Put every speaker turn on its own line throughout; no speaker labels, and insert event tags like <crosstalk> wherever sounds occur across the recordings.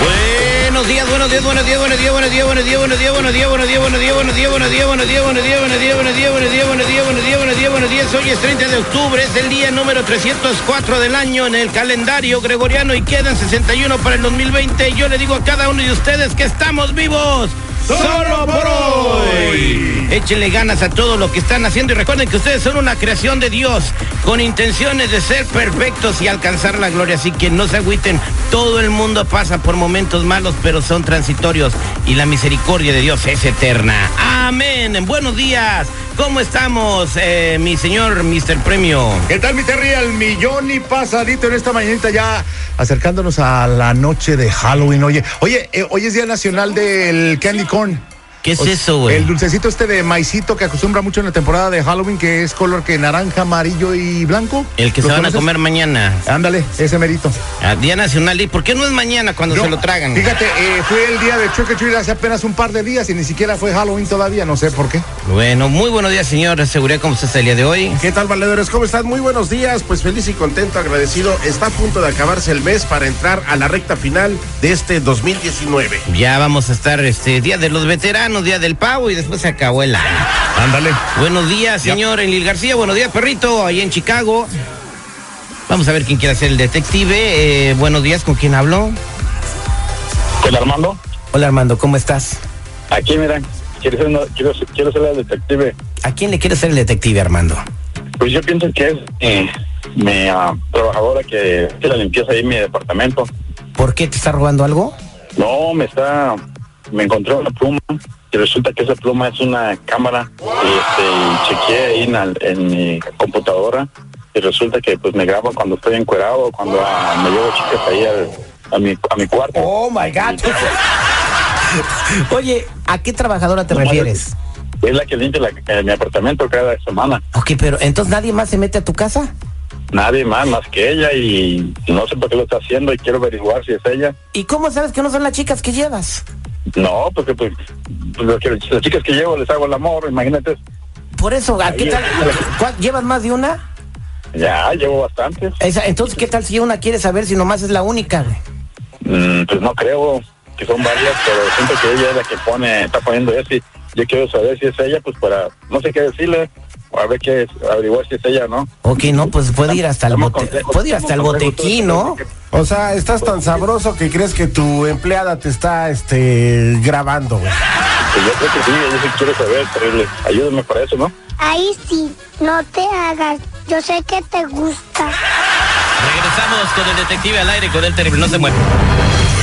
Buenos días, buenos días, buenos días, buenos días, buenos días, buenos días, buenos días, buenos días, buenos días, buenos días, buenos días, buenos días, buenos días, buenos días, buenos días, buenos días, buenos días, buenos días, buenos días, buenos días, buenos días. Hoy es 30 de octubre, es el día número 304 del año en el calendario gregoriano y quedan 61 para el 2020. Yo le digo a cada uno de ustedes que estamos vivos. Solo por hoy. Échenle ganas a todo lo que están haciendo y recuerden que ustedes son una creación de Dios con intenciones de ser perfectos y alcanzar la gloria. Así que no se agüiten. Todo el mundo pasa por momentos malos, pero son transitorios y la misericordia de Dios es eterna. Amén. Buenos días. ¿Cómo estamos, eh, mi señor Mr. Premio?
¿Qué tal, mi Terry? Al millón y pasadito en esta mañanita ya acercándonos a la noche de Halloween. Oye, oye, eh, hoy es Día Nacional del Candy Corn.
¿Qué es
O sea,
eso, güey?
El dulcecito este de maicito que acostumbra mucho en la temporada de Halloween, que es color que naranja, amarillo y blanco.
El que se
¿Lo
van a
conoces?
comer mañana.
Ándale, ese merito.
A Día Nacional. ¿Y por qué no es mañana cuando
No,
se lo tragan?
Fíjate, eh, fue el día de Trick or Treat hace apenas un par de días y ni siquiera fue Halloween todavía, no sé por qué.
Bueno, muy buenos días, señor. Seguridad, ¿cómo está el día de hoy?
¿Qué tal, valedores? ¿Cómo están? Muy buenos días. Pues feliz y contento, agradecido. Está a punto de acabarse el mes para entrar a la recta final de este 2019.
Ya vamos a estar este día de los veteranos, día del pavo y después se acabó el año.
Ándale.
Buenos días, señor Enlil García. Buenos días, perrito, ahí en Chicago. Vamos a ver quién quiere ser el detective. Eh, buenos días, ¿con quién habló?
Hola Armando,
Hola, Armando, ¿cómo estás?
aquí mira, quiero ser, una- quiero, ser- quiero ser la detective.
¿A quién le quiere ser el detective, Armando?
Pues yo pienso que es eh, mi ah, trabajadora que hace la limpieza ahí en mi departamento.
¿Por qué te está robando algo?
No, me está, me encontré una pluma y resulta que esa pluma es una cámara y, este, y chequeé ahí en, la- en mi computadora y resulta que pues me graba cuando estoy encuerado, cuando ah, me llevo chicas ahí al- a, mi, a mi cuarto.
Oh,
Oh,
my God. <laughs> Oye, ¿a qué trabajadora te
Nomás
refieres?
Es, es la que limpia la- eh, mi apartamento cada semana.
Ok, pero entonces nadie más se mete a tu casa.
Nadie más más que ella y no sé por qué lo está haciendo y quiero averiguar si es ella.
¿Y cómo sabes que no son las chicas que llevas?
No, porque pues, pues, lo que- las chicas que llevo les hago el amor, imagínate.
Por eso, ¿a qué
Ahí
tal?
es.
¿Cuál- ¿Llevas más de una?
Ya, llevo bastantes.
Esa- entonces, ¿qué tal si una quiere saber si nomás es la única? güey?
Mm, pues no creo que son varias, pero siento que ella es la que pone, está poniendo eso y yo quiero saber si es ella, pues para, no sé qué decirle, o a ver qué, es- averiguar si es ella, ¿no?
Ok, no, pues puede ir hasta el,
Dame un
bote-
consejo,
puede ir hasta el
dame un consejo,
botequín,
tú,
¿no?
O sea, estás tan sabroso que crees que tu empleada te está este grabando, güey.
Pues yo creo que sí, yo sí quiero saber, terrible. Ayúdame para eso, ¿no?
Ahí sí, no te hagas. Yo sé que te gusta.
Regresamos con el detective al aire, con el terrible, no se mueve.
No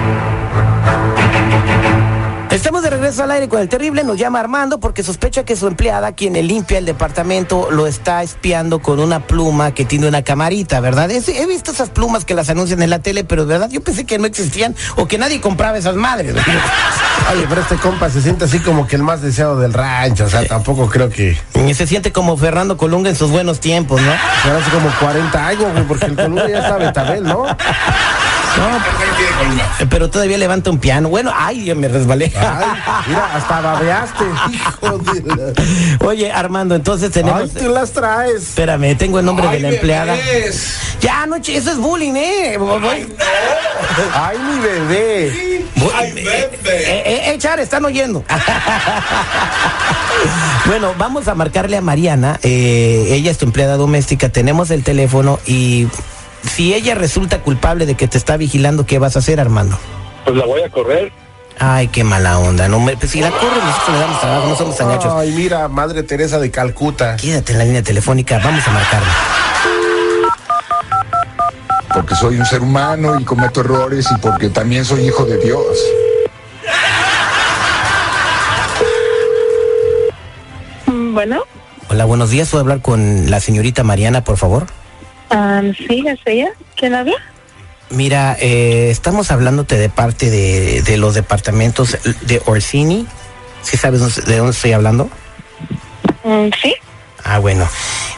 Estamos de regreso al aire con el terrible, nos llama Armando porque sospecha que su empleada, quien le limpia el departamento, lo está espiando con una pluma que tiene una camarita, ¿verdad? Es- he visto esas plumas que las anuncian en la tele, pero ¿verdad? Yo pensé que no existían o que nadie compraba esas madres. güey.
Oye, pero este compa se siente así como que el más deseado del rancho. O sea, tampoco creo que.
Y se siente como Fernando Colunga en sus buenos tiempos, ¿no?
Pero hace como 40 años, güey, porque el Columbia ya está Betabel, ¿no?
Eh, Pero todavía levanta un piano. Bueno, ay, ya me resbalé.
Ah. Mira, hasta babeaste, hijo de la-
Oye, Armando, entonces tenemos.
Ay, tú las traes.
Espérame, tengo el nombre
Ay,
de la empleada.
bebés.
Ya, noche, eso es bullying, ¿eh? Voy- voy-
Ay, mi bebé.
voy- eh, eh, eh, eh, Char, están oyendo. <laughs> bueno, vamos a marcarle a Mariana. eh, ella es tu empleada doméstica. Tenemos el teléfono y si ella resulta culpable de que te está vigilando, ¿qué vas a hacer, Armando?
Pues la voy a correr.
Ay, qué mala onda. No me, pues si la corren, nosotros le damos trabajo, no somos tan gachos.
Ay, mira, Madre Teresa de Calcuta.
Quédate en la línea telefónica, vamos a marcarla.
Porque soy un ser humano y cometo errores y porque también soy hijo de Dios.
Bueno,
Hola, buenos días. ¿Puedo hablar con la señorita Mariana, por favor?
am, ah, sí, es ella. ¿Quién habla?
Mira, eh, estamos hablándote de parte de, de los departamentos de Orsini. ¿Sí sabes dónde- de dónde estoy hablando?
Mm, sí.
Ah, bueno.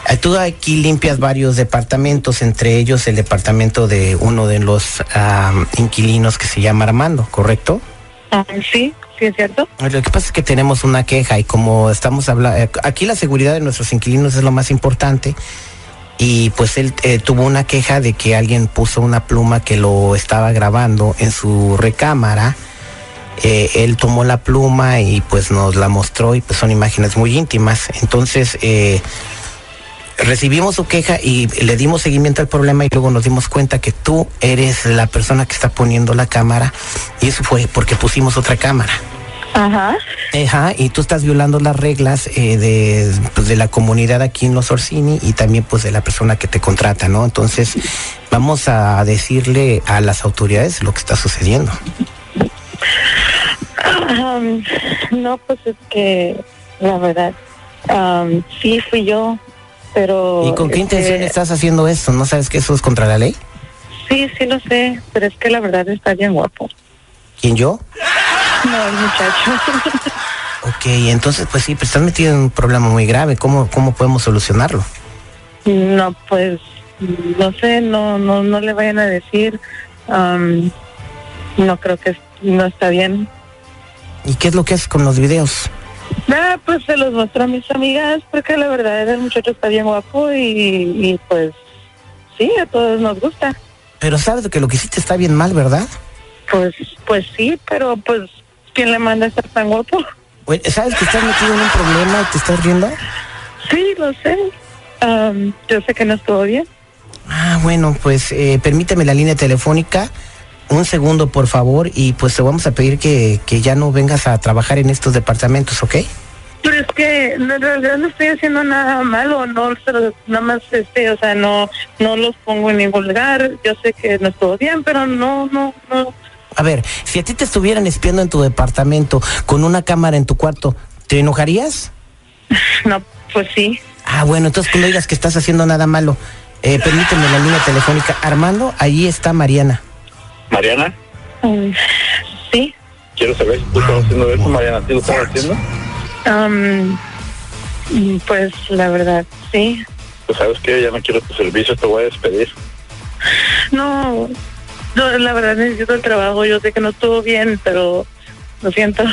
Eh, Tú aquí limpias varios departamentos, entre ellos el departamento de uno de los am, inquilinos que se llama Armando, ¿correcto?
Am, Ah, sí, sí es cierto.
Ah, Lo que pasa es que tenemos una queja y como estamos hablando, aquí la seguridad de nuestros inquilinos es lo más importante y pues él eh, tuvo una queja de que alguien puso una pluma que lo estaba grabando en su recámara. Eh, él tomó la pluma y pues nos la mostró y pues son imágenes muy íntimas. Entonces eh, recibimos su queja y le dimos seguimiento al problema y luego nos dimos cuenta que tú eres la persona que está poniendo la cámara y eso fue porque pusimos otra cámara.
Ajá.
Ajá, y tú estás violando las reglas eh, de, pues, de la comunidad aquí en Los Orsini y también pues de la persona que te contrata, ¿no? Entonces vamos a decirle a las autoridades lo que está sucediendo.
Am, no, pues es que la verdad, am, sí fui yo, pero...
¿Y con qué
este,
intención estás haciendo esto? ¿No sabes que eso es contra la ley?
Sí, sí lo sé, pero es que la verdad está bien guapo.
¿Quién yo?
No, el muchacho.
Ok, entonces pues sí, pero estás metido en un problema muy grave. ¿Cómo, cómo podemos solucionarlo?
no, pues, no sé, no, no, no le vayan a decir. am, no creo que es- no está bien.
¿Y qué es lo que haces con los videos?
Nada, pues se los mostró a mis amigas porque la verdad el muchacho está bien guapo y, y, pues sí, a todos nos gusta.
Pero sabes que lo que hiciste está bien mal, ¿verdad?
Pues pues sí, pero pues ¿quién le manda a estar tan guapo? <laughs>
Bueno, ¿Sabes que estás metido en un problema y te estás riendo?
Sí, lo sé. Am, yo sé que no estuvo bien.
Ah, bueno, pues eh, permíteme la línea telefónica. Un segundo, por favor, y pues te vamos a pedir que, que ya no vengas a trabajar en estos departamentos, ¿ok?
Pero es que no, en realidad no estoy haciendo nada malo, no se los- nada más este, o sea, no no los pongo en ningún lugar. Yo sé que no estuvo bien, pero no no no.
A ver, si a ti te estuvieran espiando en tu departamento con una cámara en tu cuarto, ¿te enojarías?
No, pues sí.
Ah, bueno, entonces tú no digas que estás haciendo nada malo. Eh, permíteme la línea telefónica. Armando, allí está Mariana.
Mariana,
Am, sí.
quiero saber si tú estás haciendo eso, Mariana. ¿Sí lo estás haciendo?
Am, mm, pues la verdad, sí.
Pues sabes que ya no quiero tu servicio, te voy a despedir.
No, no, la verdad necesito el trabajo. Yo sé que no estuvo bien, pero lo siento.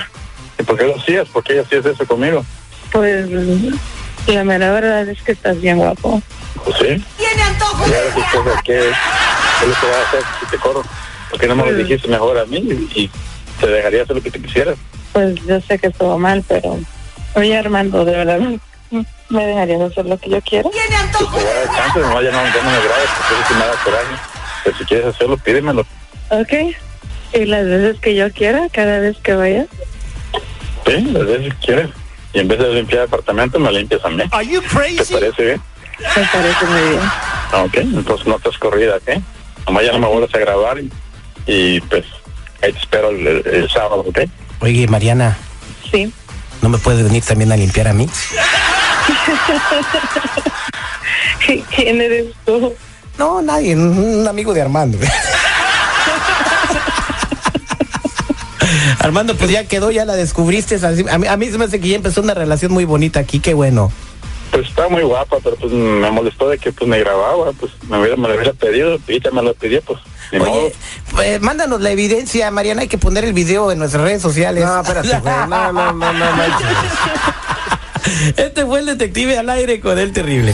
¿Y por qué lo hacías? ¿Por qué hacías eso conmigo?
Pues la mera verdad es que estás bien guapo.
Pues sí.
Tiene antojo.
Y ahora sí, cosa, ¿qué, qué es lo que vas a hacer si te corro? ¿Por qué no me lo dijiste mejor a mí y y te dejaría hacer lo que te quisieras?
Pues yo sé que estuvo mal, pero oye Armando, de verdad <laughs> me dejarías hacer lo que yo quiero.
Pues te voy a dar chance, no vaya, no, ya no me grabes, porque eso sí me da coraje. Pero si quieres hacerlo, pídemelo.
Ok. Y las veces que yo quiera, cada vez que vaya.
Sí, las veces que quieres. Y en vez de limpiar el apartamento, me limpias a mí.
Are you
¿Te parece bien?
Me parece muy bien.
Ah, Ok, entonces no estás corrida, ¿ok? Nomás ya no me vuelvas a grabar y, y, pues ahí te espero el, el- el sábado, ¿ok?
Oye, Mariana,
Sí. <laughs>
¿no me puedes venir también a limpiar a mí?
¿Quién eres tú?
No, nadie, un amigo de Armando. <laughs> Armando, pues ya quedó, ya la descubriste. así- A mí, a mí se me hace que ya empezó una relación muy bonita aquí, qué bueno.
Pues está muy guapa, pero pues me molestó de que pues me grababa, pues me, hubiera, me lo hubiera pedido, y ya me lo pedí, pues ni modo.
Oye, eh, mándanos la evidencia, Mariana. Hay que poner el video en nuestras redes sociales. No, espérate, No, no, no, no. <laughs> este fue el detective al aire con el terrible.